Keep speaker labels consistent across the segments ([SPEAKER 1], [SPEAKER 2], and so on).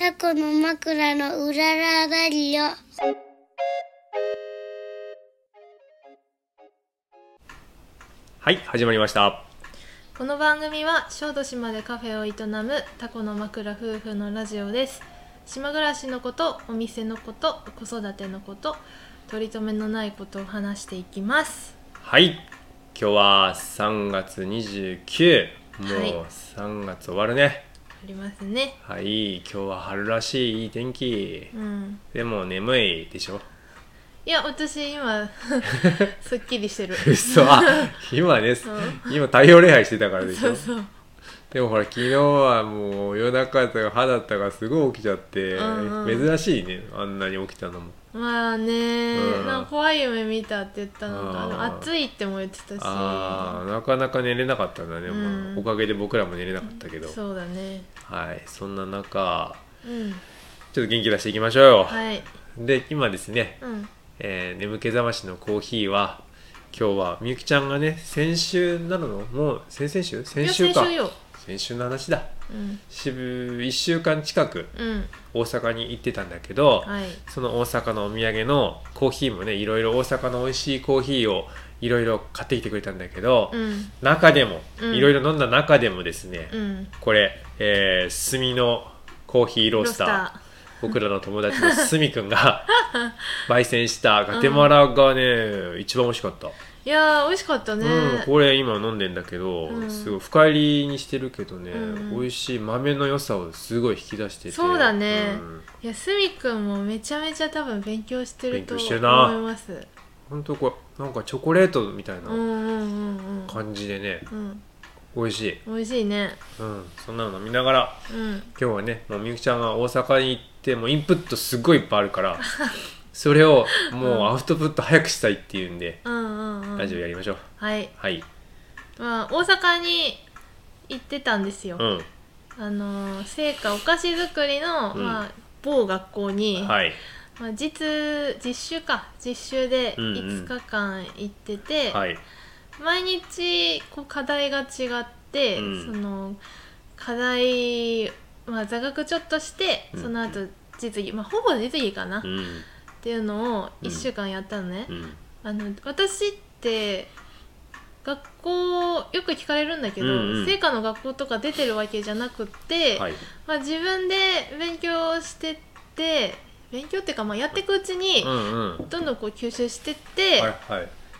[SPEAKER 1] 過去の枕のうららだりよ。
[SPEAKER 2] はい、始まりました。
[SPEAKER 3] この番組は小豆島でカフェを営むタコの枕夫婦のラジオです島暮らしのことお店のこと子育てのこと取り留めのないことを話していきます
[SPEAKER 2] はい、今日は3月29、
[SPEAKER 3] はい
[SPEAKER 2] もう3月終わるね。
[SPEAKER 3] ありますね
[SPEAKER 2] はい、今日は春らしいいい天気。
[SPEAKER 3] うん
[SPEAKER 2] でも眠いで しょ。
[SPEAKER 3] いや 私今すっきりしてる
[SPEAKER 2] 嘘あ、今ね、今太陽礼拝してたからでし
[SPEAKER 3] そ
[SPEAKER 2] ょ
[SPEAKER 3] う。そう
[SPEAKER 2] でもほら昨日はもう夜中だったか肌だったかすごい起きちゃって、
[SPEAKER 3] うんうん
[SPEAKER 2] 珍しいねあんなに起きたのも
[SPEAKER 3] まあね
[SPEAKER 2] うん
[SPEAKER 3] なんか怖い夢見たって言ったのとあの
[SPEAKER 2] あー
[SPEAKER 3] 暑いっても言ってたし
[SPEAKER 2] ああなかなか寝れなかったんだね、
[SPEAKER 3] うん
[SPEAKER 2] まあおかげで僕らも寝れなかったけど、
[SPEAKER 3] そうだね
[SPEAKER 2] はいそんな中
[SPEAKER 3] うん
[SPEAKER 2] ちょっと元気出していきましょうよ、
[SPEAKER 3] はい
[SPEAKER 2] で今ですね、
[SPEAKER 3] うん
[SPEAKER 2] えー眠気覚ましのコーヒーは今日はみゆきちゃんがね先週なのもう先々週先週か
[SPEAKER 3] いや先週よ
[SPEAKER 2] 先週の話だ
[SPEAKER 3] うん
[SPEAKER 2] 渋1週間近く
[SPEAKER 3] うん
[SPEAKER 2] 大阪に行ってたんだけど、
[SPEAKER 3] はい
[SPEAKER 2] その大阪のお土産のコーヒーもねいろいろ大阪の美味しいコーヒーをいろいろ買ってきてくれたんだけど、
[SPEAKER 3] うん
[SPEAKER 2] 中でも
[SPEAKER 3] うん
[SPEAKER 2] いろいろ飲んだ中でもですね、
[SPEAKER 3] うん
[SPEAKER 2] これ、えー炭のコーヒーロースター僕らの友達のすみくん が焙煎したガテマラがね、一番美味しかった、
[SPEAKER 3] いやー美味しかったね、
[SPEAKER 2] うん、これ今飲んでんだけど、
[SPEAKER 3] うん
[SPEAKER 2] すごい深入りにしてるけどね、
[SPEAKER 3] うん
[SPEAKER 2] 美味しい豆の良さをすごい引き出してて
[SPEAKER 3] そうだね
[SPEAKER 2] ん
[SPEAKER 3] いやすみくんもめちゃめちゃ多分勉強してる
[SPEAKER 2] 勉強
[SPEAKER 3] と思
[SPEAKER 2] してるない
[SPEAKER 3] ます
[SPEAKER 2] ほんとこれなんかチョコレートみたい
[SPEAKER 3] うんう
[SPEAKER 2] なん
[SPEAKER 3] うんうん
[SPEAKER 2] 感じでね、
[SPEAKER 3] うん
[SPEAKER 2] 美味しい、
[SPEAKER 3] 美味しいね
[SPEAKER 2] うん、そんなの飲みながら
[SPEAKER 3] うん
[SPEAKER 2] 今日はねもうみゆきちゃんが大阪に行ってもうインプットすごいいっぱいあるから それをもうアウトプット早くしたいっていうんで、
[SPEAKER 3] うんうんうん
[SPEAKER 2] ラジオやりましょう
[SPEAKER 3] はい、
[SPEAKER 2] はい
[SPEAKER 3] まあ、大阪に行ってたんですよ、
[SPEAKER 2] うん
[SPEAKER 3] あのー製菓お菓子作りの、
[SPEAKER 2] うん
[SPEAKER 3] まあ、某学校に、
[SPEAKER 2] はい
[SPEAKER 3] まあ、実実習か実習で
[SPEAKER 2] うんうん
[SPEAKER 3] 5日間行ってて、
[SPEAKER 2] はい
[SPEAKER 3] 毎日こう課題が違って、
[SPEAKER 2] うん
[SPEAKER 3] その課題、まあ、座学ちょっとして
[SPEAKER 2] うん
[SPEAKER 3] その後実技、まあ、ほぼ実技かな、
[SPEAKER 2] う
[SPEAKER 3] っ
[SPEAKER 2] ん
[SPEAKER 3] ていうのを
[SPEAKER 2] うん
[SPEAKER 3] 1週間やったのね、
[SPEAKER 2] うん
[SPEAKER 3] あの私って学校よく聞かれるんだけど、
[SPEAKER 2] うんうん
[SPEAKER 3] 成果の学校とか出てるわけじゃなくって、
[SPEAKER 2] はい
[SPEAKER 3] まあ、自分で勉強してって勉強っていうか、まあ、やっていくうちに
[SPEAKER 2] うんうんは
[SPEAKER 3] どんどんこう吸収してって、
[SPEAKER 2] いはい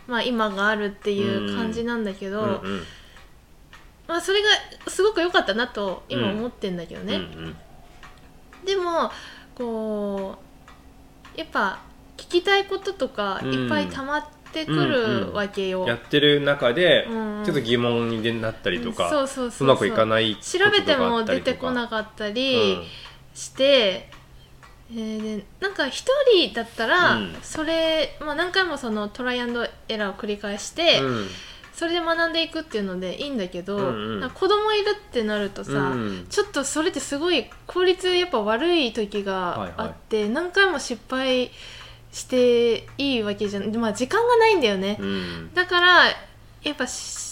[SPEAKER 3] まあ、今があるっていう感じなんだけ
[SPEAKER 2] う
[SPEAKER 3] ど、
[SPEAKER 2] んうん
[SPEAKER 3] まあ、それがすごく良かったなと今
[SPEAKER 2] うん
[SPEAKER 3] 思ってんだけど
[SPEAKER 2] うんう
[SPEAKER 3] ね、
[SPEAKER 2] ん
[SPEAKER 3] でもこうやっぱ聞きたいこととか
[SPEAKER 2] うん
[SPEAKER 3] いっぱい溜まってく
[SPEAKER 2] うんうん
[SPEAKER 3] るわけよ、
[SPEAKER 2] やってる中で
[SPEAKER 3] うん
[SPEAKER 2] ちょっと疑問になったりと
[SPEAKER 3] そ
[SPEAKER 2] か
[SPEAKER 3] うそう
[SPEAKER 2] う
[SPEAKER 3] そうそう
[SPEAKER 2] まくいかないこと
[SPEAKER 3] 調べて
[SPEAKER 2] があ
[SPEAKER 3] も
[SPEAKER 2] った
[SPEAKER 3] 出
[SPEAKER 2] りと
[SPEAKER 3] て
[SPEAKER 2] か
[SPEAKER 3] こなかった
[SPEAKER 2] う
[SPEAKER 3] り
[SPEAKER 2] ん
[SPEAKER 3] して、えーでなんか一人だったら、
[SPEAKER 2] うん
[SPEAKER 3] それ、まあ、何回もそのトライアンドエラーを繰り返して、
[SPEAKER 2] うん
[SPEAKER 3] それで学んでいくっていうのでいいんだけど、
[SPEAKER 2] うんうん
[SPEAKER 3] なんか子供いるってなるとさ、
[SPEAKER 2] うん
[SPEAKER 3] ちょっとそれってすごい効率やっぱ悪い時があって、何回も失敗していいわけじゃんまあ時間がないんだよね、
[SPEAKER 2] うん
[SPEAKER 3] だからやっぱし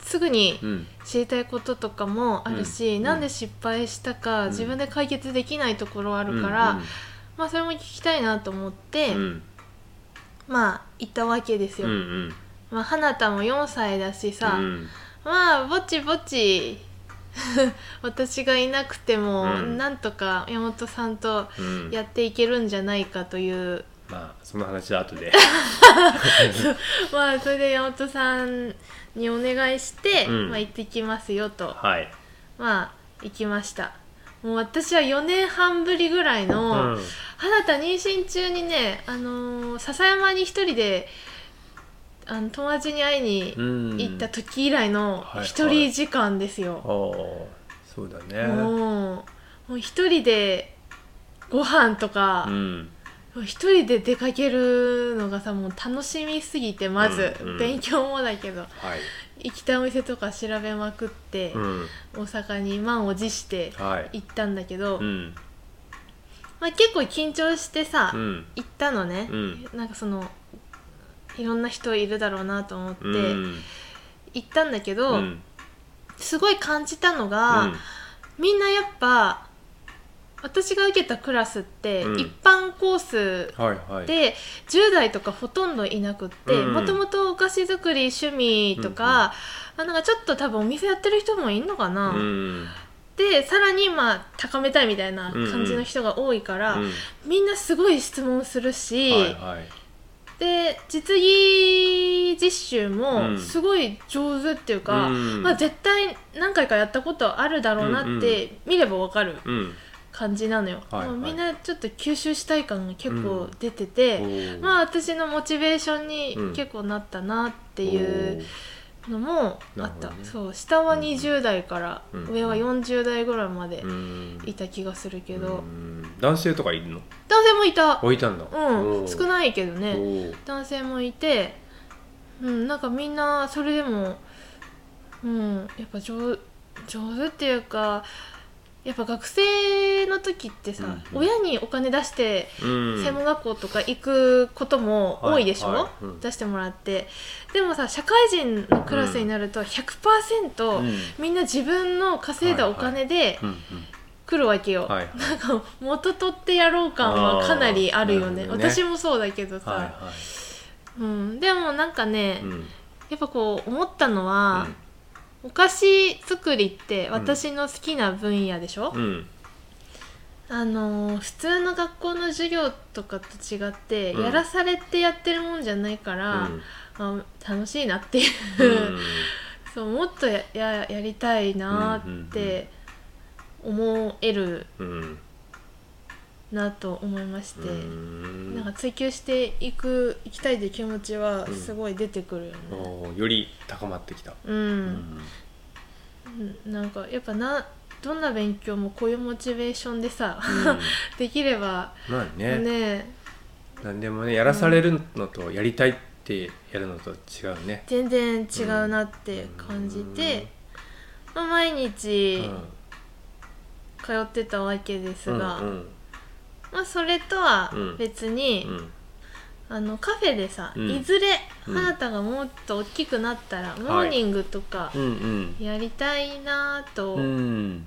[SPEAKER 3] すぐに
[SPEAKER 2] うん
[SPEAKER 3] 知りたいこととかもあるし、
[SPEAKER 2] うん
[SPEAKER 3] なんで失敗したか、
[SPEAKER 2] うん
[SPEAKER 3] 自分で解決できないところあるから、まあそれも聞きたいなと思って、
[SPEAKER 2] うん
[SPEAKER 3] まあ行ったわけです
[SPEAKER 2] うんう
[SPEAKER 3] よ、
[SPEAKER 2] んうん
[SPEAKER 3] まあ花たも4歳だしさ、
[SPEAKER 2] うん
[SPEAKER 3] まあぼちぼち 私がいなくても、
[SPEAKER 2] うん
[SPEAKER 3] なんとか山本さんと
[SPEAKER 2] うん
[SPEAKER 3] やっていけるんじゃないかという、
[SPEAKER 2] まあその話は後 で
[SPEAKER 3] まあそれで山本さんにお願いして、
[SPEAKER 2] うん
[SPEAKER 3] まあ、行ってきますよと、
[SPEAKER 2] はい、
[SPEAKER 3] まあ行きましたもう私は4年半ぶりぐらいの、
[SPEAKER 2] うん
[SPEAKER 3] 花田妊娠中にね、あのー笹山に一人であの友達に会いに
[SPEAKER 2] うん
[SPEAKER 3] 行った時以来の
[SPEAKER 2] はいはい
[SPEAKER 3] 一人時間ですよ、
[SPEAKER 2] あーそうだね
[SPEAKER 3] もうもう一人でご飯と
[SPEAKER 2] う
[SPEAKER 3] か、
[SPEAKER 2] ん
[SPEAKER 3] 一人で出かけるのがさもう楽しみすぎてまず、
[SPEAKER 2] うんうん
[SPEAKER 3] 勉強もだけど
[SPEAKER 2] はい
[SPEAKER 3] 行きたいお店とか調べまくって、
[SPEAKER 2] うん
[SPEAKER 3] 大阪に満を持して
[SPEAKER 2] はい
[SPEAKER 3] 行ったんだけど、
[SPEAKER 2] うん
[SPEAKER 3] まあ、結構緊張してさ、
[SPEAKER 2] うん
[SPEAKER 3] 行ったのね、
[SPEAKER 2] うん
[SPEAKER 3] なんかそのいろんな人いるだろうなと思って
[SPEAKER 2] うん
[SPEAKER 3] 行ったんだけど、
[SPEAKER 2] うん
[SPEAKER 3] すごい感じたの
[SPEAKER 2] う
[SPEAKER 3] が、
[SPEAKER 2] ん
[SPEAKER 3] みんなやっぱ私が受けたクラスって、
[SPEAKER 2] うん
[SPEAKER 3] 一般コース
[SPEAKER 2] はいはい
[SPEAKER 3] で10代とかほとんどいなくって
[SPEAKER 2] うん
[SPEAKER 3] もともとお菓子作り趣味とか,、あなんかちょっと多分お店やってる人もいんのかな、
[SPEAKER 2] うん
[SPEAKER 3] でさらにまあ高めたいみたいな感じの人が多いから、
[SPEAKER 2] うん
[SPEAKER 3] みんなすごい質問するし、
[SPEAKER 2] はいはい
[SPEAKER 3] で実技実習
[SPEAKER 2] う
[SPEAKER 3] も
[SPEAKER 2] ん
[SPEAKER 3] すごい上手っていうか、
[SPEAKER 2] うん
[SPEAKER 3] まあ、絶対何回かやったことあるだろうな
[SPEAKER 2] うんう
[SPEAKER 3] っ
[SPEAKER 2] ん
[SPEAKER 3] て見ればわかる
[SPEAKER 2] うん
[SPEAKER 3] 感じなのよ、
[SPEAKER 2] はいはい
[SPEAKER 3] もうみんなちょっと吸収したい感が結構出てて、まあ私のモチベーションに
[SPEAKER 2] うん
[SPEAKER 3] 結構なったなっ
[SPEAKER 2] て
[SPEAKER 3] ていうのもあった、
[SPEAKER 2] なるほどね
[SPEAKER 3] そう下は
[SPEAKER 2] うん
[SPEAKER 3] 20代から
[SPEAKER 2] うん
[SPEAKER 3] 上は40代ぐらいまで
[SPEAKER 2] うん
[SPEAKER 3] いた気がするけど、
[SPEAKER 2] うん男性とかいるの
[SPEAKER 3] 男性もいた
[SPEAKER 2] 置いたんだ
[SPEAKER 3] うん少
[SPEAKER 2] い
[SPEAKER 3] ないけどね男性もいてうんなんかみんなそれでもうんやっぱ上上手っていうかやっぱ学生の時ってさ、
[SPEAKER 2] うんうん
[SPEAKER 3] 親にお金出して
[SPEAKER 2] 専
[SPEAKER 3] 専門学校とか行くことも多いでしょ、
[SPEAKER 2] はいはいうん
[SPEAKER 3] 出してもらってでもさ社会人のクラスになると100%、みんな自分の稼いだお金で来るわけよ、
[SPEAKER 2] はいはい
[SPEAKER 3] なんか元取ってやろう感はかなりあるよね
[SPEAKER 2] あーなるほどね
[SPEAKER 3] 私もそうだけどさ、
[SPEAKER 2] は
[SPEAKER 3] うん、でもなんかね、
[SPEAKER 2] いうん
[SPEAKER 3] やっぱこう思ったのは、お菓子作りって私の好きな分野でしょ、
[SPEAKER 2] うん
[SPEAKER 3] あのー普通の学校の授業とかと違って、
[SPEAKER 2] うん
[SPEAKER 3] やらされてやってるもんじゃないから、あ楽しいなっていうう、
[SPEAKER 2] ん
[SPEAKER 3] そうもっとやややりたいなーって思える
[SPEAKER 2] うん
[SPEAKER 3] なと思いまして、
[SPEAKER 2] うん
[SPEAKER 3] なんか追求していくいきたいという気持ちはすごい出てくるよね。
[SPEAKER 2] おーより高まってきた
[SPEAKER 3] うん うんなんかやっぱなどんな勉強もこういうモチベーションでさ、できれば
[SPEAKER 2] まあ
[SPEAKER 3] ね
[SPEAKER 2] ね何でもねやらされるのとやりたいってやるのと違うね
[SPEAKER 3] 全然違うなって感じて、まあ、毎日通ってたわけですが、
[SPEAKER 2] うん
[SPEAKER 3] まあ、それとは別に、
[SPEAKER 2] うん
[SPEAKER 3] あのカフェでさ、
[SPEAKER 2] うん
[SPEAKER 3] いずれ
[SPEAKER 2] うん
[SPEAKER 3] 花たがもっと大きくなったら、モーニングとか
[SPEAKER 2] うん
[SPEAKER 3] やりたいなと、
[SPEAKER 2] うんうん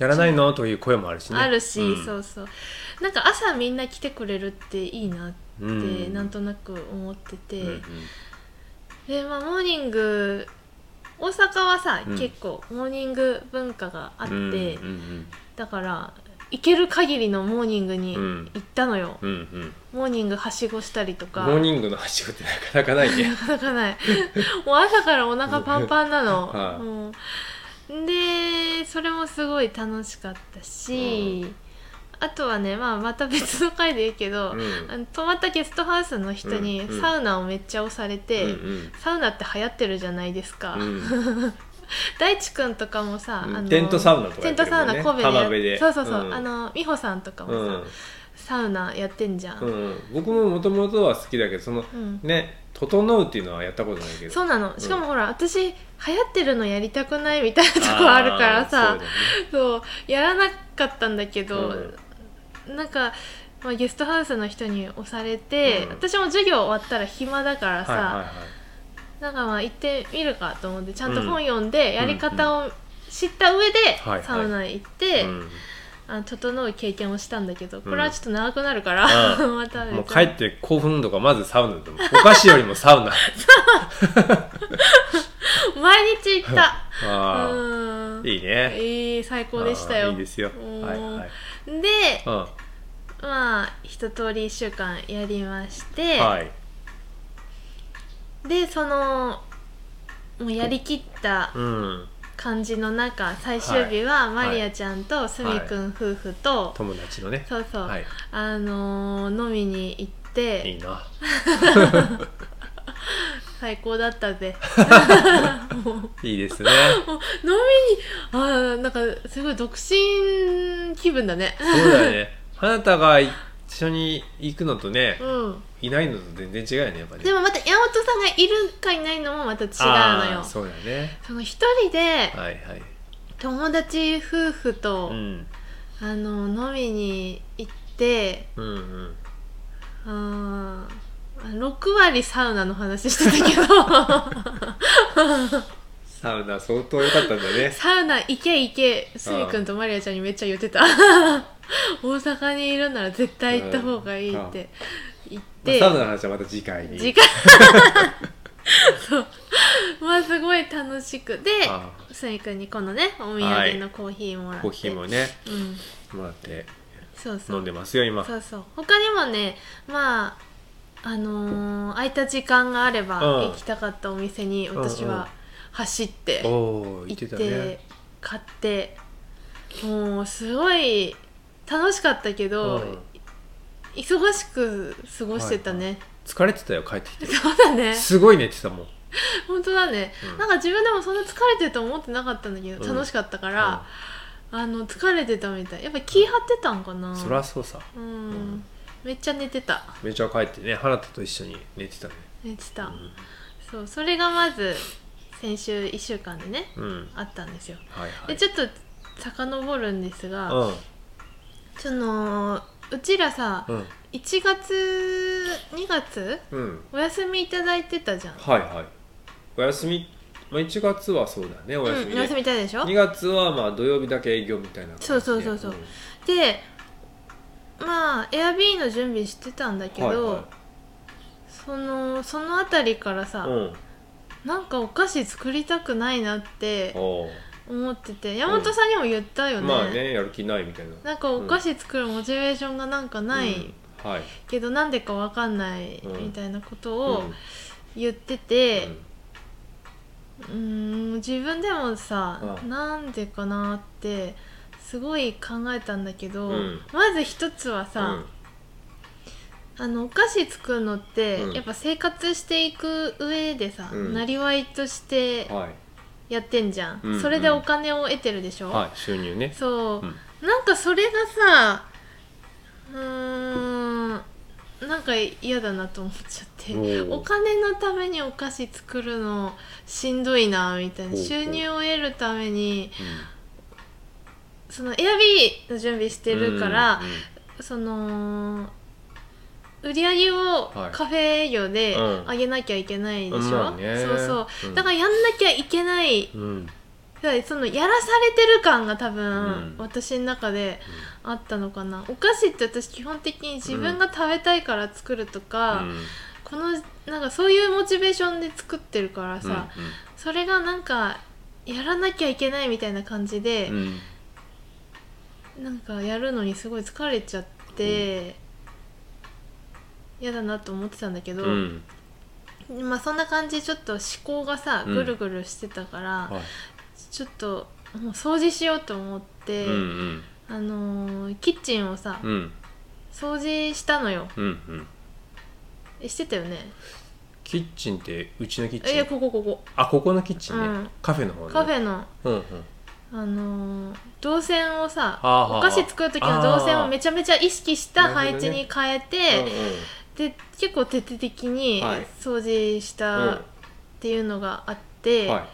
[SPEAKER 2] やらないのという声もあるしね
[SPEAKER 3] あるし、
[SPEAKER 2] うん
[SPEAKER 3] そうそうなんか朝みんな来てくれるっていいなって、
[SPEAKER 2] うん
[SPEAKER 3] なんとなく思ってて。
[SPEAKER 2] うんうん
[SPEAKER 3] でまあモーニング大阪はさ、
[SPEAKER 2] うん
[SPEAKER 3] 結構モーニング文化があって、
[SPEAKER 2] うんうん
[SPEAKER 3] だから行ける限りのモーニングに
[SPEAKER 2] うん
[SPEAKER 3] 行ったのよ、
[SPEAKER 2] うんうん
[SPEAKER 3] モーニングはしごしたりとか
[SPEAKER 2] モーニングのはしごってなかなかないね
[SPEAKER 3] なかなかないもう朝からお腹パンパンな の、
[SPEAKER 2] はい
[SPEAKER 3] もうでそれもすごい楽しかったし、あとはね、まあ、また別の回で言うけど、
[SPEAKER 2] うん
[SPEAKER 3] あの泊まったゲストハウスの人に
[SPEAKER 2] うんうん
[SPEAKER 3] サウナをめっちゃ押されて、
[SPEAKER 2] うん
[SPEAKER 3] サウナって流行ってるじゃないですか、
[SPEAKER 2] うん
[SPEAKER 3] 大地くんとかもさ、
[SPEAKER 2] うん
[SPEAKER 3] あの
[SPEAKER 2] テントサウナとか
[SPEAKER 3] テ
[SPEAKER 2] や
[SPEAKER 3] ン
[SPEAKER 2] って
[SPEAKER 3] ト
[SPEAKER 2] るも
[SPEAKER 3] サウ
[SPEAKER 2] ん
[SPEAKER 3] ナ
[SPEAKER 2] ね
[SPEAKER 3] 神戸で
[SPEAKER 2] 浜辺で
[SPEAKER 3] そうそうそう、
[SPEAKER 2] うん
[SPEAKER 3] あの美穂さんとかも
[SPEAKER 2] う
[SPEAKER 3] さ、
[SPEAKER 2] ん
[SPEAKER 3] サウナやってんじゃん、
[SPEAKER 2] うんうん僕ももともとは好きだけどその
[SPEAKER 3] うん
[SPEAKER 2] ね整うっていうのはやったことないけど
[SPEAKER 3] そううなのしかもほら、私流行ってるのやりたくないみたいなとこあるからさ
[SPEAKER 2] ー
[SPEAKER 3] そうやらなかったんだけど、なんか、まあ、ゲストハウスの人に押されて、
[SPEAKER 2] うん
[SPEAKER 3] 私も授業終わったら暇だから
[SPEAKER 2] そう
[SPEAKER 3] さ、
[SPEAKER 2] だねはいはいはい
[SPEAKER 3] なんかまあ行ってみるかと思ってちゃんと
[SPEAKER 2] うん
[SPEAKER 3] 本読んでやり方を知った上で、
[SPEAKER 2] はいはい
[SPEAKER 3] サウナ行って、
[SPEAKER 2] うん
[SPEAKER 3] あの整う経験をしたんだけどこれはちょっと長くなるから、
[SPEAKER 2] う
[SPEAKER 3] また別に
[SPEAKER 2] もう帰って興奮度がまずサウナでもお菓子よりもサウナ
[SPEAKER 3] 毎日行った
[SPEAKER 2] あー
[SPEAKER 3] うん
[SPEAKER 2] いいね
[SPEAKER 3] いい最高でした
[SPEAKER 2] あ
[SPEAKER 3] よ
[SPEAKER 2] ーいいですよ
[SPEAKER 3] うん
[SPEAKER 2] はいはい
[SPEAKER 3] で
[SPEAKER 2] うん
[SPEAKER 3] まあ一通り1週間やりまして、
[SPEAKER 2] はい
[SPEAKER 3] でそのもうやりきった
[SPEAKER 2] うん
[SPEAKER 3] 感じの中最終日はマリアちゃんとスミくん夫婦と、
[SPEAKER 2] 友達のね
[SPEAKER 3] そうそう、
[SPEAKER 2] はい
[SPEAKER 3] あのー飲みに行
[SPEAKER 2] い
[SPEAKER 3] って
[SPEAKER 2] いな
[SPEAKER 3] 最高だったぜ もう飲
[SPEAKER 2] いいですね
[SPEAKER 3] みにあーなんかすごい独身気分だね
[SPEAKER 2] そうだねあなたが一緒に行くのとね
[SPEAKER 3] うん
[SPEAKER 2] いないのと全然違うよねやっぱね
[SPEAKER 3] でもまた山本さんがいるかいないのもまた違うの
[SPEAKER 2] あー
[SPEAKER 3] よそ
[SPEAKER 2] そうだね
[SPEAKER 3] の一人で
[SPEAKER 2] はいはい
[SPEAKER 3] 友達夫婦と、
[SPEAKER 2] うん
[SPEAKER 3] あの飲みに行って
[SPEAKER 2] うんうん
[SPEAKER 3] あー6割サウナの話してたけど
[SPEAKER 2] サウナ相当良かったんだね
[SPEAKER 3] サウナ行け行けすみくんとマリアちゃんにめっちゃ言ってた大阪にいるなら絶対行った方がいいって言っ
[SPEAKER 2] まあ
[SPEAKER 3] て、
[SPEAKER 2] サウナの話はまた次回に
[SPEAKER 3] 時間 そうまあすごい楽しくで
[SPEAKER 2] あ
[SPEAKER 3] スミ君にこのねお土産のコーヒーもらって、
[SPEAKER 2] コーヒーもね
[SPEAKER 3] うん
[SPEAKER 2] もらって
[SPEAKER 3] そうそう
[SPEAKER 2] 飲んでますよ今
[SPEAKER 3] そうそう他にもねまああのー空いた時間があれば
[SPEAKER 2] うん
[SPEAKER 3] 行きたかったお店に私
[SPEAKER 2] うんうん
[SPEAKER 3] は走って
[SPEAKER 2] お
[SPEAKER 3] 行
[SPEAKER 2] お言
[SPEAKER 3] っ
[SPEAKER 2] って
[SPEAKER 3] て,、
[SPEAKER 2] たね
[SPEAKER 3] 買ってもうすごい楽しかったけど、
[SPEAKER 2] うん
[SPEAKER 3] 忙しく過ごしてたね、
[SPEAKER 2] 疲れてたよ帰ってきて
[SPEAKER 3] そうだね
[SPEAKER 2] すごい寝てたもん
[SPEAKER 3] 本当だね、
[SPEAKER 2] うん
[SPEAKER 3] なんか自分でもそんな疲れてると思ってなかったんだけど、
[SPEAKER 2] うん
[SPEAKER 3] 楽しかったから、あの疲れてたみたいやっぱ気張ってたんかな
[SPEAKER 2] うんそりゃそうさ
[SPEAKER 3] うん、
[SPEAKER 2] ん
[SPEAKER 3] めっちゃ寝てた
[SPEAKER 2] めちゃ帰ってね花田と一緒に寝てたね
[SPEAKER 3] 寝てた、そうそれがまず先週1週間でね
[SPEAKER 2] うん、うん
[SPEAKER 3] あったんですよ
[SPEAKER 2] はいは
[SPEAKER 3] で
[SPEAKER 2] い
[SPEAKER 3] ちょっと遡るんですが、
[SPEAKER 2] うん
[SPEAKER 3] そのうちらさ、
[SPEAKER 2] うん
[SPEAKER 3] 1月2月
[SPEAKER 2] うん
[SPEAKER 3] お休みいただいてたじゃん
[SPEAKER 2] はいはいお休み、まあ、1月はそうだねお休み
[SPEAKER 3] うん、お
[SPEAKER 2] で、
[SPEAKER 3] 休みいただいたでしょ
[SPEAKER 2] 2月はまあ土曜日だけ営業みたいな感じで
[SPEAKER 3] そうそうそうそうでまあエアビーの準備してたんだけど、そのその辺りからさ、
[SPEAKER 2] うんはいはいうん
[SPEAKER 3] なんかお菓子作りたくないなって
[SPEAKER 2] おー
[SPEAKER 3] 思ってて山本さんにも言ったよね,、
[SPEAKER 2] まあねやる気ないみたいな
[SPEAKER 3] なんかお菓子作るモチベーションがなんかない、
[SPEAKER 2] うんはい
[SPEAKER 3] けどなんでかわかんない
[SPEAKER 2] うん
[SPEAKER 3] みたいなことを
[SPEAKER 2] うん
[SPEAKER 3] 言ってて
[SPEAKER 2] うん
[SPEAKER 3] うーん自分でもさ、
[SPEAKER 2] うん
[SPEAKER 3] なんでかなってすごい考えたんだけど、
[SPEAKER 2] うん
[SPEAKER 3] まず一つはさ、あのお菓子作るのって、
[SPEAKER 2] うん
[SPEAKER 3] やっぱ生活していく上でさ、
[SPEAKER 2] うん
[SPEAKER 3] なりわいとして
[SPEAKER 2] うんはい
[SPEAKER 3] やってんじゃん、
[SPEAKER 2] うん
[SPEAKER 3] それでお金を得てるでしょ、
[SPEAKER 2] はい収入ね
[SPEAKER 3] そう、
[SPEAKER 2] うん
[SPEAKER 3] なんかそれがさうーんなんか嫌だなと思っちゃって
[SPEAKER 2] おー
[SPEAKER 3] お金のためにお菓子作るのしんどいなみたいな
[SPEAKER 2] ほうほう
[SPEAKER 3] 収入を得るためにそのエアビーの準備してるから、その売り上げを
[SPEAKER 2] はい
[SPEAKER 3] カフェ営業で
[SPEAKER 2] うん
[SPEAKER 3] 上げなきゃいけないでしょ、
[SPEAKER 2] まあね
[SPEAKER 3] そうそう、
[SPEAKER 2] うん
[SPEAKER 3] だからやんなきゃいけない
[SPEAKER 2] うんうん
[SPEAKER 3] だからそのやらされてる感が多分
[SPEAKER 2] うん
[SPEAKER 3] 私の中であったのかな、お菓子って私基本的に自分が食べたいから作るとか、
[SPEAKER 2] うん
[SPEAKER 3] このなんかそういうモチベーションで作ってるからさ、それがなんかやらなきゃいけないみたいな感じで
[SPEAKER 2] うん、うん
[SPEAKER 3] なんかやるのにすごい疲れちゃって嫌、だなと思ってたんだけど、
[SPEAKER 2] うん
[SPEAKER 3] まあそんな感じでちょっと思考がさ
[SPEAKER 2] うん
[SPEAKER 3] ぐるぐるしてたから、
[SPEAKER 2] はい
[SPEAKER 3] ちょっともう掃除しようと思って。
[SPEAKER 2] うんうん
[SPEAKER 3] あのーキッチンをさ
[SPEAKER 2] うん
[SPEAKER 3] 掃除したのよ
[SPEAKER 2] うんうん
[SPEAKER 3] えしてたよね
[SPEAKER 2] キッチンってうちのキッ
[SPEAKER 3] えい
[SPEAKER 2] チ
[SPEAKER 3] や
[SPEAKER 2] ン
[SPEAKER 3] ここここ
[SPEAKER 2] あここのキッチンね、
[SPEAKER 3] うん
[SPEAKER 2] カフェの方ね
[SPEAKER 3] カフェの
[SPEAKER 2] うんうん
[SPEAKER 3] あのー動線をさ
[SPEAKER 2] はあはあ
[SPEAKER 3] お菓子作る時の動線
[SPEAKER 2] あ
[SPEAKER 3] を
[SPEAKER 2] ー
[SPEAKER 3] めちゃめちゃ意識した
[SPEAKER 2] なる
[SPEAKER 3] 配
[SPEAKER 2] ほどね
[SPEAKER 3] 置に変えて、で結構徹底的に
[SPEAKER 2] はい
[SPEAKER 3] 掃除し
[SPEAKER 2] うんうん
[SPEAKER 3] たっていうのがあって、
[SPEAKER 2] うんは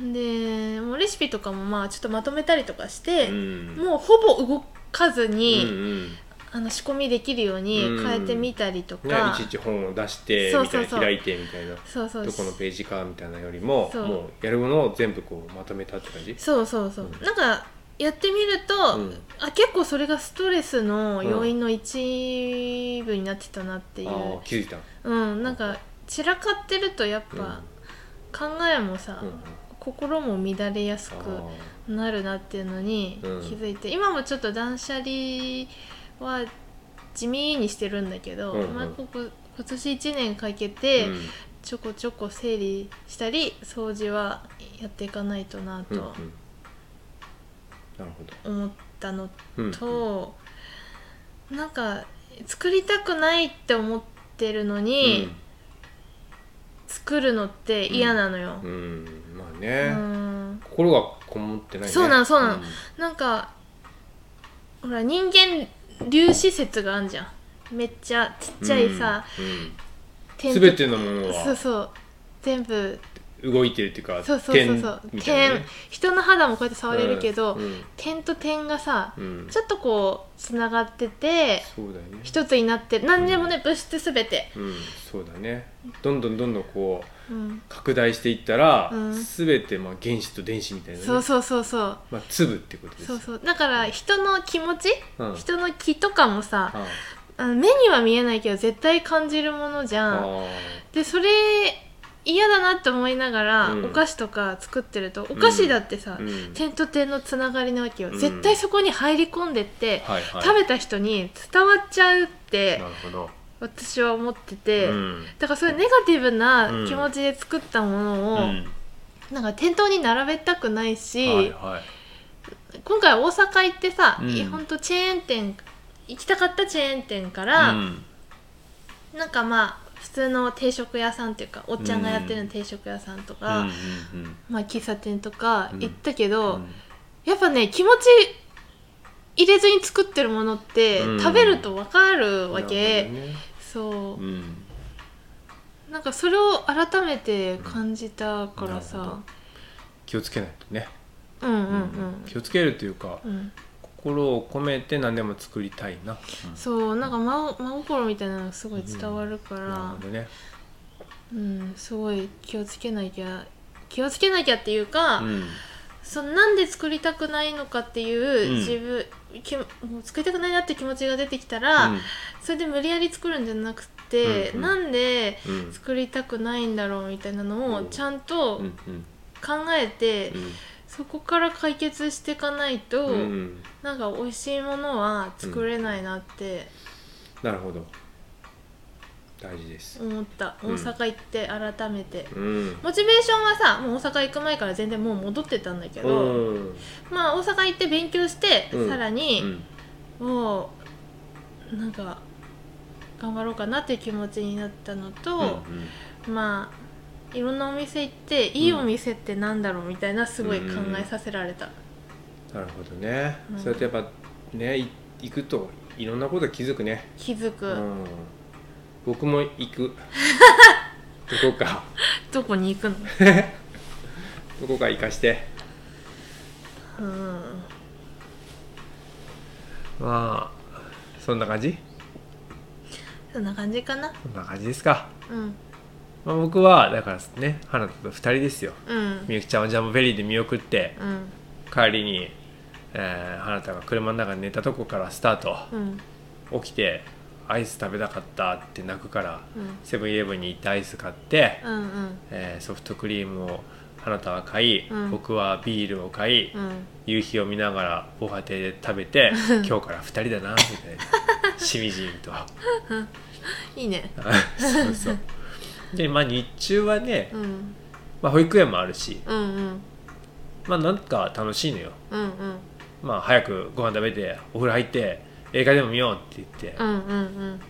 [SPEAKER 3] でもうレシピとかもまあちょっとまとめたりとかし
[SPEAKER 2] い
[SPEAKER 3] て、
[SPEAKER 2] ん
[SPEAKER 3] もうほぼ動かずに、
[SPEAKER 2] うんうん
[SPEAKER 3] あの仕込みできるように変えてみたりと
[SPEAKER 2] ね
[SPEAKER 3] か、
[SPEAKER 2] いちいち本を出して
[SPEAKER 3] そう
[SPEAKER 2] みたい
[SPEAKER 3] そ
[SPEAKER 2] な
[SPEAKER 3] うそう
[SPEAKER 2] 開いてみたいな
[SPEAKER 3] そうそう
[SPEAKER 2] どこのページかみたいなよりも
[SPEAKER 3] そう
[SPEAKER 2] もうやるものを全部こうまとめたって感じ
[SPEAKER 3] そうそうそう、
[SPEAKER 2] うん
[SPEAKER 3] なんかやってみると、
[SPEAKER 2] うん
[SPEAKER 3] あ結構それがストレスの要因の一部になってたなっていう、
[SPEAKER 2] あー気づいた
[SPEAKER 3] うんなんか散らかってるとやっぱ考えもさ、
[SPEAKER 2] うんうん
[SPEAKER 3] 心も乱れやす
[SPEAKER 2] あ
[SPEAKER 3] く
[SPEAKER 2] ー
[SPEAKER 3] なるなっていうのに気
[SPEAKER 2] うん
[SPEAKER 3] づいて、今もちょっと断捨離は地味にしてるんだけど、
[SPEAKER 2] うんうん
[SPEAKER 3] まあ、ここ今年1年かけて
[SPEAKER 2] うん
[SPEAKER 3] ちょこちょこ整理したり掃除はやっていかないとな
[SPEAKER 2] うんうん
[SPEAKER 3] と
[SPEAKER 2] なるほど
[SPEAKER 3] 思ったの
[SPEAKER 2] うんうん
[SPEAKER 3] と、なんか作りたくないって思ってるの
[SPEAKER 2] う
[SPEAKER 3] に、
[SPEAKER 2] ん
[SPEAKER 3] 作るのって嫌なのよ。
[SPEAKER 2] う
[SPEAKER 3] う
[SPEAKER 2] ん
[SPEAKER 3] ん
[SPEAKER 2] まあね
[SPEAKER 3] ん
[SPEAKER 2] 心がこもってないね
[SPEAKER 3] そうなのそうなの
[SPEAKER 2] ん
[SPEAKER 3] なんかほら人間粒子説があんじゃんめっちゃちっちゃいさ、
[SPEAKER 2] うんうん
[SPEAKER 3] 点と
[SPEAKER 2] 全てのもの
[SPEAKER 3] そう
[SPEAKER 2] は
[SPEAKER 3] そう全部
[SPEAKER 2] 動いてるっていうか
[SPEAKER 3] そうそうそうそう
[SPEAKER 2] 点みたいな
[SPEAKER 3] 点
[SPEAKER 2] ね
[SPEAKER 3] 人の肌もこうやって触れるけど、
[SPEAKER 2] うん
[SPEAKER 3] 点と点がさ、
[SPEAKER 2] うん
[SPEAKER 3] ちょっとこうつながってて
[SPEAKER 2] そうだよね
[SPEAKER 3] 一つになって何でもね物質すべて、
[SPEAKER 2] うんそうだねどんどんどんどんこう
[SPEAKER 3] うん、
[SPEAKER 2] 拡大していったら、
[SPEAKER 3] うん
[SPEAKER 2] 全てまあ原子と電子みたいな、ね
[SPEAKER 3] そうそうそうそう
[SPEAKER 2] まあ、粒ってことです
[SPEAKER 3] そうそうだから人の気持ち、
[SPEAKER 2] うん
[SPEAKER 3] 人の気とかもさ
[SPEAKER 2] あ
[SPEAKER 3] あの目には見えないけど絶対感じるものじ
[SPEAKER 2] あ
[SPEAKER 3] ゃん
[SPEAKER 2] あ
[SPEAKER 3] でそれ嫌だなって思いながら、
[SPEAKER 2] うん
[SPEAKER 3] お菓子とか作ってるとお菓子だってさ、
[SPEAKER 2] あうん
[SPEAKER 3] 点と点のつながりなわけよ、
[SPEAKER 2] うん
[SPEAKER 3] 絶対そこに入り込んでって、
[SPEAKER 2] はいはい
[SPEAKER 3] 食べた人に伝わっちゃうって
[SPEAKER 2] なるほど、
[SPEAKER 3] 私は思ってて、
[SPEAKER 2] うん
[SPEAKER 3] だからそういうネガティブな気持ちで作ったものを、
[SPEAKER 2] うん
[SPEAKER 3] なんか店頭に並べたくないし、
[SPEAKER 2] はいはい
[SPEAKER 3] 今回大阪行ってさ、
[SPEAKER 2] うん
[SPEAKER 3] いやほんとチェーン店行きたかったチェーン店から、
[SPEAKER 2] うん
[SPEAKER 3] なんかまあ普通の定食屋さんっていうかおっちゃんがやってる定食屋さんとか、
[SPEAKER 2] うんうんうん
[SPEAKER 3] まあ喫茶店とか
[SPEAKER 2] うん
[SPEAKER 3] 行ったけど、
[SPEAKER 2] うん
[SPEAKER 3] やっぱね気持ち入れずに作ってるものって、
[SPEAKER 2] うん
[SPEAKER 3] 食べると分かるわけ、
[SPEAKER 2] なるほどね
[SPEAKER 3] そう
[SPEAKER 2] う、ん
[SPEAKER 3] なんかそれを改めて感じたから
[SPEAKER 2] なるほ
[SPEAKER 3] さ、
[SPEAKER 2] 気をつけないとね、
[SPEAKER 3] うん、うんうん
[SPEAKER 2] 気をつけるというか、
[SPEAKER 3] うん、うん、
[SPEAKER 2] 心を込めて何でも作りたいな、うん
[SPEAKER 3] そうなんか真真心みたいなのがすごい伝わるか
[SPEAKER 2] な
[SPEAKER 3] ら
[SPEAKER 2] るほどね、
[SPEAKER 3] うん、すごい気をつけなきゃ気をつけなきゃっていうか、
[SPEAKER 2] うん
[SPEAKER 3] そのなんで作りたくないのかっていう、
[SPEAKER 2] うん
[SPEAKER 3] 自分きもう作りたくないなって気持ちが出てきたら、それで無理やり作るんじゃなくて、
[SPEAKER 2] うんうん
[SPEAKER 3] なんで
[SPEAKER 2] うんうん
[SPEAKER 3] 作りたくないんだろうみたいなのを
[SPEAKER 2] うん
[SPEAKER 3] ちゃんと
[SPEAKER 2] うんうん
[SPEAKER 3] 考えて、そこから解決していかないと、
[SPEAKER 2] うんうん
[SPEAKER 3] なんか美味しいものは作れないなって
[SPEAKER 2] なるほど大事です、
[SPEAKER 3] 思った、
[SPEAKER 2] うん
[SPEAKER 3] 大阪行って改めて
[SPEAKER 2] うん
[SPEAKER 3] モチベーションはさもう大阪行く前から全然もう戻ってたんだけど、
[SPEAKER 2] うん
[SPEAKER 3] まあ大阪行って勉強して、
[SPEAKER 2] うん
[SPEAKER 3] さ
[SPEAKER 2] う
[SPEAKER 3] らに、
[SPEAKER 2] ん
[SPEAKER 3] もうなんか頑張ろうかなっていう気持ちになったのと、まあいろんなお店行っていいお店ってなんだろうみたいなすごい考えさせられた、
[SPEAKER 2] なるほどね、
[SPEAKER 3] うん
[SPEAKER 2] そうやってやっぱねい行くといろんなこと気づくね、
[SPEAKER 3] 気づく、
[SPEAKER 2] うん僕も行 くどこか
[SPEAKER 3] どこに行くの、
[SPEAKER 2] どこか行かして
[SPEAKER 3] うん、
[SPEAKER 2] まあそんな感じ
[SPEAKER 3] そんな感じかな
[SPEAKER 2] そんな感じですか、
[SPEAKER 3] うん
[SPEAKER 2] まあ、僕はだからね花と2人ですよ
[SPEAKER 3] うん
[SPEAKER 2] みゆきちゃんをジャムベリーで見送って
[SPEAKER 3] うん
[SPEAKER 2] 帰りに、えー、花田が車の中に寝たとこからスタート、
[SPEAKER 3] うん
[SPEAKER 2] 起きてアイス食べたかったって泣くから
[SPEAKER 3] うん
[SPEAKER 2] セブンイレブンに行ってアイス買って、
[SPEAKER 3] うんうん
[SPEAKER 2] えーソフトクリームを花田は買い、
[SPEAKER 3] うん
[SPEAKER 2] 僕はビールを買い、
[SPEAKER 3] うん
[SPEAKER 2] 夕日を見ながら防波堤で食べて今日から二人だなみたい なしみじみと
[SPEAKER 3] いいね
[SPEAKER 2] そうそうでまあ日中はね、
[SPEAKER 3] うん
[SPEAKER 2] まあ、保育園もあるし
[SPEAKER 3] うんうん
[SPEAKER 2] まあなんか楽しいのよ
[SPEAKER 3] うんうん
[SPEAKER 2] まあ早くご飯食べてお風呂入って映画でも見ようって言って、
[SPEAKER 3] うんうん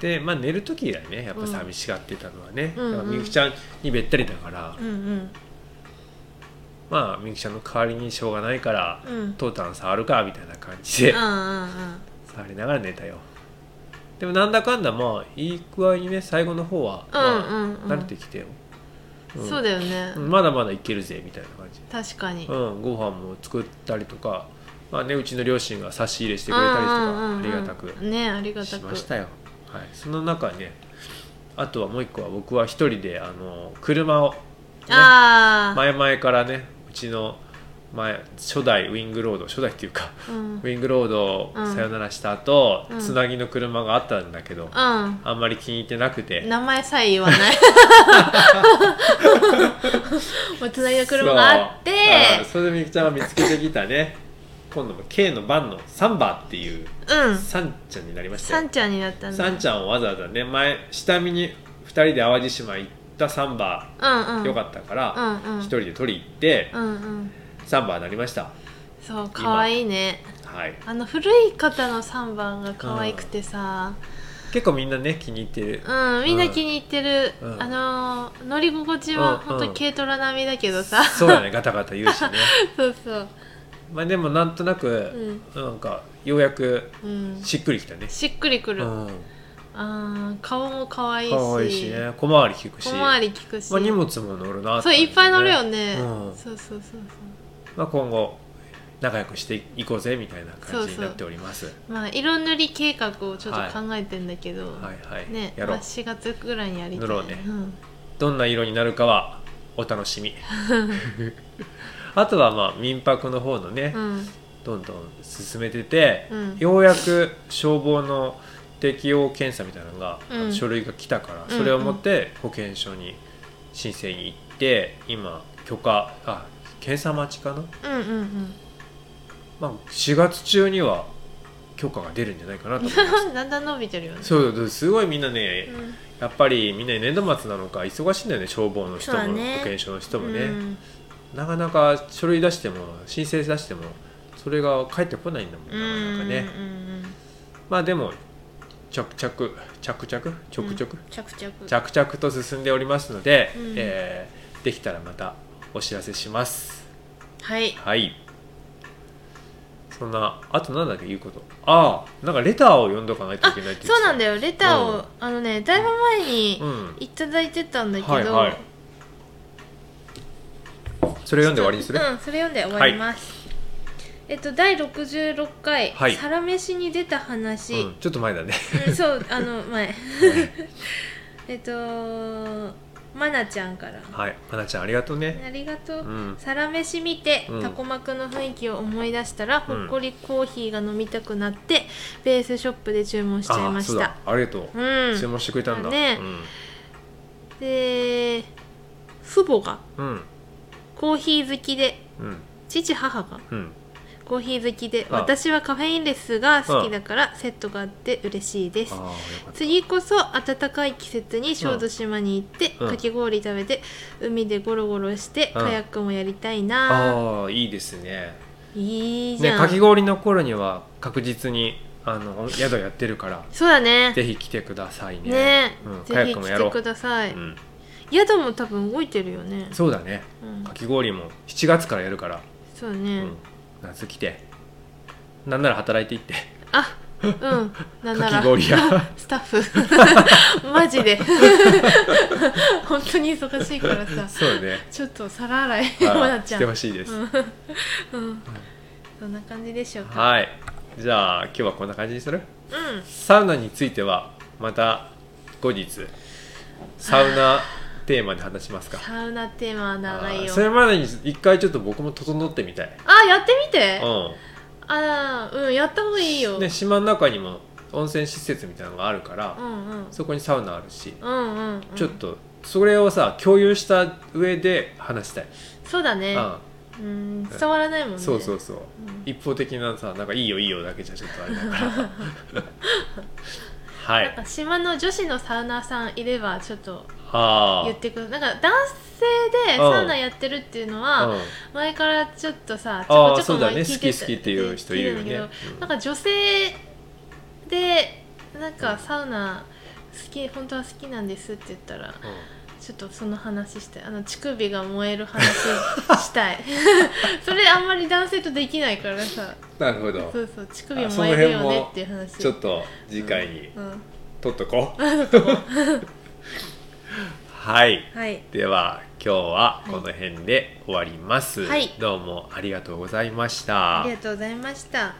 [SPEAKER 2] で、まあ、寝る時以来ねやっぱ寂しがってたのはね、
[SPEAKER 3] うんうん
[SPEAKER 2] だからみゆきちゃんにべったりだから、
[SPEAKER 3] うんうん
[SPEAKER 2] まあみゆきちゃんの代わりにしょうがないから、
[SPEAKER 3] うん
[SPEAKER 2] 父たん触るかみたいな感じで、
[SPEAKER 3] うん
[SPEAKER 2] 触りながら寝たよでもなんだかんだまあいい具合にね最後の方は、
[SPEAKER 3] うん
[SPEAKER 2] まあ
[SPEAKER 3] うんうん
[SPEAKER 2] 慣れてきてよ、
[SPEAKER 3] う
[SPEAKER 2] うんん
[SPEAKER 3] そうだよね、
[SPEAKER 2] まだまだいけるぜみたいな感じ
[SPEAKER 3] 確かに、
[SPEAKER 2] うん、ご飯も作ったりとか、まあね、うちの両親が差し入れしてくれたりと
[SPEAKER 3] うんうんうんう
[SPEAKER 2] か
[SPEAKER 3] ん
[SPEAKER 2] ありがたく
[SPEAKER 3] ねありがた
[SPEAKER 2] し
[SPEAKER 3] く
[SPEAKER 2] ましたよ、はい、その中ねあとはもう一個は僕は一人であの車を、ね、
[SPEAKER 3] ああ、
[SPEAKER 2] 前々からねうちの前初代ウィングロード初代っていうか
[SPEAKER 3] うん
[SPEAKER 2] ウィングロードを
[SPEAKER 3] うん
[SPEAKER 2] さよならした後、
[SPEAKER 3] うん
[SPEAKER 2] つなぎの車があったんだけど、
[SPEAKER 3] う
[SPEAKER 2] あんまり気に入ってなくて
[SPEAKER 3] ん名前さえ言わない もうつなぎの車があって
[SPEAKER 2] そうあーそれでみゆきちゃんが見つけてきたね今度も K の番のサンバっていう
[SPEAKER 3] うん
[SPEAKER 2] サンちゃんになりました
[SPEAKER 3] さ
[SPEAKER 2] よ
[SPEAKER 3] んちゃんになったんだ
[SPEAKER 2] サンちゃんをわざわざね前下見に2人で淡路島行ったサンバ
[SPEAKER 3] うんうん
[SPEAKER 2] よか
[SPEAKER 3] っ
[SPEAKER 2] ったから
[SPEAKER 3] うんうん
[SPEAKER 2] 一人で取り行って
[SPEAKER 3] うんうん
[SPEAKER 2] サンバになりました
[SPEAKER 3] そう可愛いね
[SPEAKER 2] はい
[SPEAKER 3] あの古い方の3番が可愛くてさ、
[SPEAKER 2] 結構みんなね気に入ってる
[SPEAKER 3] うん、みんな気に入ってる、
[SPEAKER 2] うん
[SPEAKER 3] あのー乗り心地は本
[SPEAKER 2] うんう
[SPEAKER 3] 当
[SPEAKER 2] ん
[SPEAKER 3] 軽トラ並みだけどさ、
[SPEAKER 2] そうだねガタガタ言うしね
[SPEAKER 3] そうそう、
[SPEAKER 2] まあでもなんとなく、なんかようやく
[SPEAKER 3] うん、
[SPEAKER 2] しっくりきたね
[SPEAKER 3] しっくりくる、
[SPEAKER 2] うん、
[SPEAKER 3] ああー顔も可愛いし
[SPEAKER 2] 可愛いしね小回り効くし
[SPEAKER 3] 小回り聞くし、
[SPEAKER 2] まあ、荷物も乗るな
[SPEAKER 3] そういっぱい乗るよね、
[SPEAKER 2] うん
[SPEAKER 3] そうそうそう
[SPEAKER 2] まあ、今後仲良くしていこうぜみたいな感じ
[SPEAKER 3] そう
[SPEAKER 2] に
[SPEAKER 3] そう
[SPEAKER 2] なっております
[SPEAKER 3] そうまあ色塗り計画をちょっと考えてんだけど、
[SPEAKER 2] はいはい、
[SPEAKER 3] ね
[SPEAKER 2] やろう
[SPEAKER 3] まあ、4月ぐらいにやりた
[SPEAKER 2] 塗
[SPEAKER 3] い
[SPEAKER 2] ろうね
[SPEAKER 3] ん
[SPEAKER 2] どんな色になるかはお楽し みあとはまあ民泊の方のね、
[SPEAKER 3] うん
[SPEAKER 2] どんどん進めてて、
[SPEAKER 3] うん
[SPEAKER 2] ようやく消防の適用検査みたいなのが、
[SPEAKER 3] うん
[SPEAKER 2] 書類が来たから
[SPEAKER 3] うん
[SPEAKER 2] それを持って保健所に申請に行って今許可あ検査待ちかな、
[SPEAKER 3] うんうんうん
[SPEAKER 2] まあ、4月中には許可が出るんじゃないか なと思う
[SPEAKER 3] だんだん伸びてるよね
[SPEAKER 2] そうすごいみんなね、
[SPEAKER 3] うん
[SPEAKER 2] やっぱりみんな年度末なのか忙しいんだよね消防の人
[SPEAKER 3] そ
[SPEAKER 2] も、
[SPEAKER 3] うだね
[SPEAKER 2] 保健所の人もね、
[SPEAKER 3] うん
[SPEAKER 2] なかなか書類出しても申請出してもそれが返ってこないんだもん
[SPEAKER 3] うん
[SPEAKER 2] なかなかね、
[SPEAKER 3] うんうんうん
[SPEAKER 2] まあでも着々着々ちょくちょく
[SPEAKER 3] 着々
[SPEAKER 2] 着々と進んでおりますので、
[SPEAKER 3] うん
[SPEAKER 2] えーできたらまたお知らせします
[SPEAKER 3] はい
[SPEAKER 2] はいそんなあとなんだっけ言うことああなんかレターを読んどかないといけないって言
[SPEAKER 3] そうなんだ
[SPEAKER 2] よ、
[SPEAKER 3] よレターを、
[SPEAKER 2] うん
[SPEAKER 3] あのねだいぶ前に
[SPEAKER 2] うん、
[SPEAKER 3] いただいてたんだけど、
[SPEAKER 2] はいはいそれ読んで終わりにする、
[SPEAKER 3] うんそれ読んで終わります、えっと第66回、
[SPEAKER 2] はい
[SPEAKER 3] サラメシに出た話、
[SPEAKER 2] うんちょっと前 だね
[SPEAKER 3] うんそうあの前 えっとまなちゃんから、
[SPEAKER 2] はいかなちゃんありがとうね
[SPEAKER 3] ありがとう、
[SPEAKER 2] うん
[SPEAKER 3] サラメシ見て、
[SPEAKER 2] うん
[SPEAKER 3] タコマクの雰囲気を思い出したら、
[SPEAKER 2] うん
[SPEAKER 3] ほっこりコーヒーが飲みたくなってベースショップで注文しちゃいま
[SPEAKER 2] そ
[SPEAKER 3] し
[SPEAKER 2] う
[SPEAKER 3] た
[SPEAKER 2] だありがとう、
[SPEAKER 3] うん
[SPEAKER 2] 注文してくれたんだ
[SPEAKER 3] ね
[SPEAKER 2] うん
[SPEAKER 3] で父母が
[SPEAKER 2] うん
[SPEAKER 3] コーヒー好きで
[SPEAKER 2] うん
[SPEAKER 3] 父母が
[SPEAKER 2] うん
[SPEAKER 3] コーヒー好きで
[SPEAKER 2] あ
[SPEAKER 3] 私はカフェインレスが好きだからセットがあって嬉しいです
[SPEAKER 2] ああよかった
[SPEAKER 3] 次こそ暖かい季節に小豆島に行って、
[SPEAKER 2] うん
[SPEAKER 3] かき氷食べて海でゴロゴロして、
[SPEAKER 2] うん
[SPEAKER 3] カヤックもやりたいな、
[SPEAKER 2] ああいいですね
[SPEAKER 3] いいじ
[SPEAKER 2] ね
[SPEAKER 3] ゃん、
[SPEAKER 2] かき氷の頃には確実にあの宿やってるから
[SPEAKER 3] そうだね
[SPEAKER 2] ぜひ来てくださいね
[SPEAKER 3] ねね、
[SPEAKER 2] うん、
[SPEAKER 3] ぜ
[SPEAKER 2] カヤッ
[SPEAKER 3] ひ
[SPEAKER 2] クも
[SPEAKER 3] 来
[SPEAKER 2] やろ
[SPEAKER 3] て
[SPEAKER 2] う
[SPEAKER 3] ください、
[SPEAKER 2] うん、
[SPEAKER 3] 宿も多分動いてるよね
[SPEAKER 2] そうだね
[SPEAKER 3] うん
[SPEAKER 2] かき氷も7月からやるから、
[SPEAKER 3] そう
[SPEAKER 2] う
[SPEAKER 3] ね、
[SPEAKER 2] ん、夏来てなんなら働いていって
[SPEAKER 3] あうんなんなら
[SPEAKER 2] かき氷屋
[SPEAKER 3] スタッフ マジで本当に忙しいからさ
[SPEAKER 2] そうね
[SPEAKER 3] ちょっと皿洗い
[SPEAKER 2] あ
[SPEAKER 3] まな
[SPEAKER 2] ー
[SPEAKER 3] ち
[SPEAKER 2] し
[SPEAKER 3] ゃ
[SPEAKER 2] て
[SPEAKER 3] ん
[SPEAKER 2] ほしいです、
[SPEAKER 3] うんそんな感じでしょうか
[SPEAKER 2] はいじゃあ今日はこんな感じにする
[SPEAKER 3] うん
[SPEAKER 2] サウナについてはまた後日サウナテーマで話しますか
[SPEAKER 3] サウナテーマは長い
[SPEAKER 2] あー
[SPEAKER 3] よ
[SPEAKER 2] それまでに一回ちょっと僕も整ってみたい、
[SPEAKER 3] あやってみて
[SPEAKER 2] う
[SPEAKER 3] あーうんやった方がいいよ、
[SPEAKER 2] ん、で島の中にも温泉施設みたいなのがあるから
[SPEAKER 3] う、んうん
[SPEAKER 2] そこにサウナあるし、
[SPEAKER 3] うんうんうん
[SPEAKER 2] ちょっとそれをさ共有した上で話したい、
[SPEAKER 3] そうだね
[SPEAKER 2] う
[SPEAKER 3] うん伝わらないもん
[SPEAKER 2] ん、
[SPEAKER 3] ね
[SPEAKER 2] そうそうそう、
[SPEAKER 3] うん
[SPEAKER 2] 一方的なさなんかいいよいいよだけじゃちょっとあれだから は
[SPEAKER 3] なん
[SPEAKER 2] い
[SPEAKER 3] か島の女子のサウナーさんいればちょっと
[SPEAKER 2] あ
[SPEAKER 3] 言
[SPEAKER 2] ー
[SPEAKER 3] ってくるなんか男性でサウナやってるっていうの
[SPEAKER 2] う
[SPEAKER 3] は
[SPEAKER 2] ん
[SPEAKER 3] 前からちょっとさち
[SPEAKER 2] あ
[SPEAKER 3] ょ
[SPEAKER 2] ー
[SPEAKER 3] こち
[SPEAKER 2] そ
[SPEAKER 3] ょ
[SPEAKER 2] う
[SPEAKER 3] こ
[SPEAKER 2] だ
[SPEAKER 3] 前
[SPEAKER 2] ね
[SPEAKER 3] 聞い
[SPEAKER 2] 好
[SPEAKER 3] て
[SPEAKER 2] き好きっていう人いるよね、うん
[SPEAKER 3] なんか女性でなんかサウナ好き本当は好きなんですって言ったら
[SPEAKER 2] うん
[SPEAKER 3] ちょっとその話したいあの乳首が燃える話したい それあんまり男性とできないからさ
[SPEAKER 2] なるほど
[SPEAKER 3] そうそう乳首燃えるよねっていう話
[SPEAKER 2] ちょっと次回に
[SPEAKER 3] うん、
[SPEAKER 2] 撮っとこう、 はい
[SPEAKER 3] はい
[SPEAKER 2] では今日はこの辺で終わります、
[SPEAKER 3] はい
[SPEAKER 2] どうもありがとうございました、
[SPEAKER 3] ありがとうございました